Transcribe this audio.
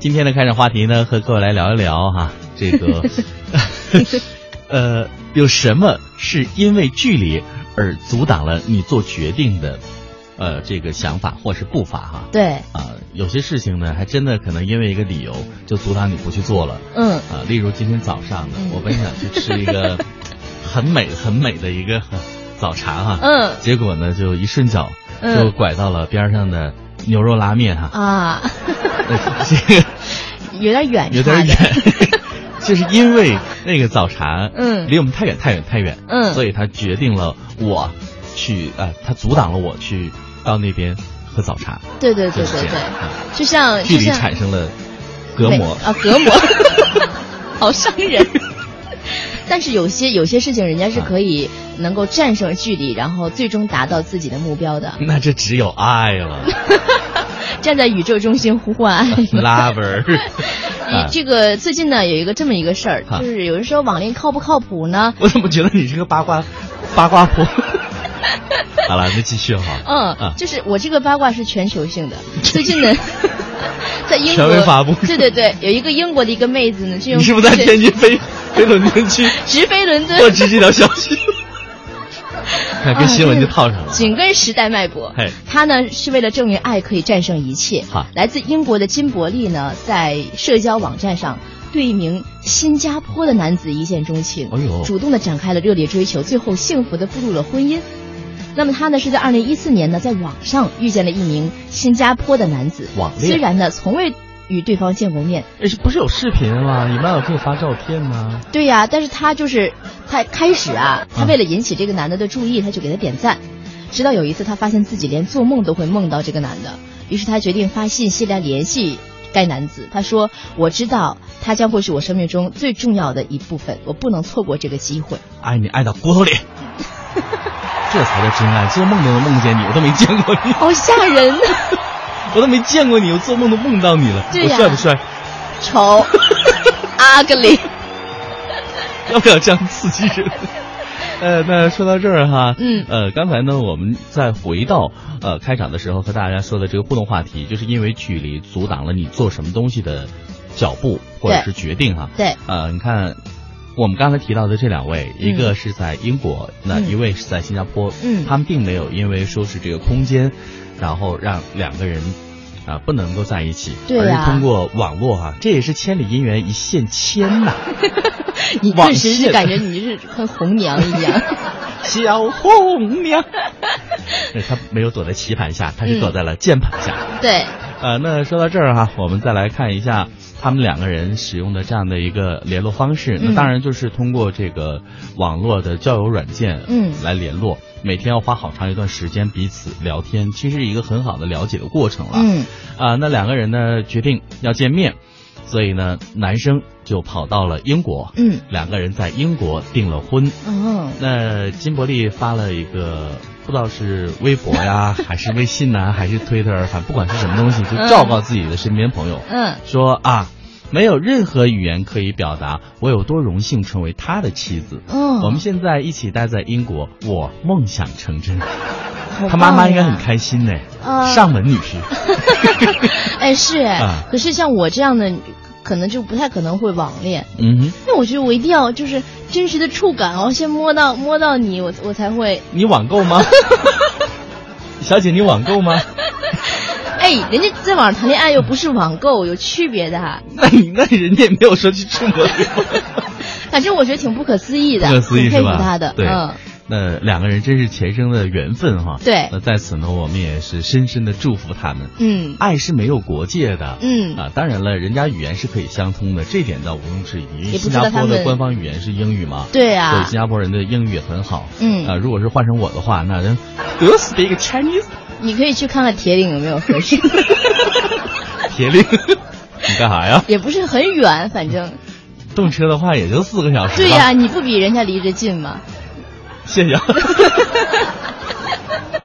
今天的开展话题呢，和各位来聊一聊哈、这 个，呃，有什么是因为距离而阻挡了你做决定的，呃，这个想法或是步伐哈、对，啊？有些事情呢，还真的可能因为一个理由就阻挡你不去做了。嗯，啊，例如今天早上呢，嗯我本想去吃一 个很美很美的一个早茶哈、嗯结果呢就一顺脚嗯就拐到了边上的牛肉拉面哈、 啊，这个。 有点远，有点远， 就是因为那个早茶，嗯离我们太远太远太远，嗯所以他决定了我去，呃，他阻挡了我去到那边喝早茶，对对对就是对这样对，啊就像距就离像产生了隔膜美，啊，隔膜， 好伤人。 但是有些有些事情，人家是可以能够战胜距离，然后最终达到自己的目标的。 那这只有爱了站在宇宙中心呼唤 爱，lover，啊你这个最近呢有一个这么一个事儿，啊就是有人说网恋靠不靠谱呢？我怎么觉得你是个八卦八卦 婆？好了，那继续哈，嗯啊，就是我这个八卦是全 球性的。最近呢，在英权国威发布对对对，有一个英国的一个妹子呢，就用你是不是在直天津 飞飞伦敦去直飞伦 敦，获知这条消息？看， 跟新闻就套上了。啊紧跟时代脉搏嘿。她呢是为了证明爱可以战胜一切好。来自英国的金伯利呢，在社交网站上。对一名新加坡的男子一见钟情，哎呦主动的展开了热烈追求，最后幸福的步入了婚姻。那么她呢是在二零一四年呢，在网上遇见了一名新加坡的男子，网恋虽然呢从未与对方见过面，哎，不是有视频吗？你妈有给我发照片吗？对呀、但是他就是他开始啊，他嗯为了引起这个男的的注意，他就给他点赞。直到有一次，他发现自己连做梦都会梦到这个男的，于是他决定发信息来联系该男子。他说：“我知道他将会是我生命中最重要的一部分，我不能错过这个机会。爱你爱到骨 头里，这才叫真爱。做梦都能梦见你，我都没见过 你”，好吓人呐！我都没见过你，我做梦都梦到你了。对我呀帅不 帅？丑，ugly。要不要这样刺激 人？呃，那说到这儿哈，嗯呃，刚才呢，我们再回到呃开场的时候和大家说的这个互动话题，就是因为距离阻挡了你做什么东西的脚步或者对是决定哈。对，呃，你看，我们刚才提到的这两位，嗯一个是在英国，那嗯一位是在新加坡，嗯他们并没有因为说是这个空间，然后让两个人。啊，不能够在一起，对啊而呀是通过网络哈、这也是千里姻缘一线牵 呐、你网顿时线就感觉你是跟红娘一样。小红 娘。他没有躲在棋盘下，他嗯是躲在了键盘下。对，呃，那说到这儿哈、我们再来看一下他们两个人使用的这样的一个联络方式。那嗯当然就是通过这个网络的交友软件，嗯来联络。每天要花好长一段时间彼此聊天，其实是一个很好的了解的过程了。嗯啊、那两个人呢决定要见面，所以呢，男生就跑到了英国，嗯两个人在英国订了婚。嗯，那金伯利发了一个，不知道是微博呀，还是微信呐、还是推特，反正不管是什么东西，就昭告自己的身边朋友，嗯说啊，没有任何语言可以表达我有多荣幸成为他的妻子。嗯，我们现在一起待在英国，我梦想成真。好他妈妈棒应该呀很开心呢，啊上门女婿。 哎，是哎、啊可是像我这样的，可能就不太可能会网恋。嗯哼，那我觉得我一定要就是真实的触感，我要先摸到摸到你，我我才会。你网购 吗？小姐，你网购吗？哎，人家在网上谈恋爱又不是网购，有区别的哈。那你那人家也没有说去触摸对方。反正我觉得挺不可思议的，不可思议挺是佩服吧？他的。对，嗯，那两个人真是前生的缘分哈。对那在此呢，我们也是深深的祝福他们。嗯爱是没有国界的。嗯啊，当然了，人家语言是可以相通的，这点倒毋庸置疑。因为也不新知道加他坡们的官方语言是英语嘛？对所以啊新，加坡人的英语也很好。嗯啊，如果是换成我的话，那人 Do you speak Chinese？你可以去看看铁岭有没有 合适，铁岭， 你干啥呀？也不是很远，反正。动车的话也就四个小时。对呀、，你不比人家离着近吗？ 谢谢啊。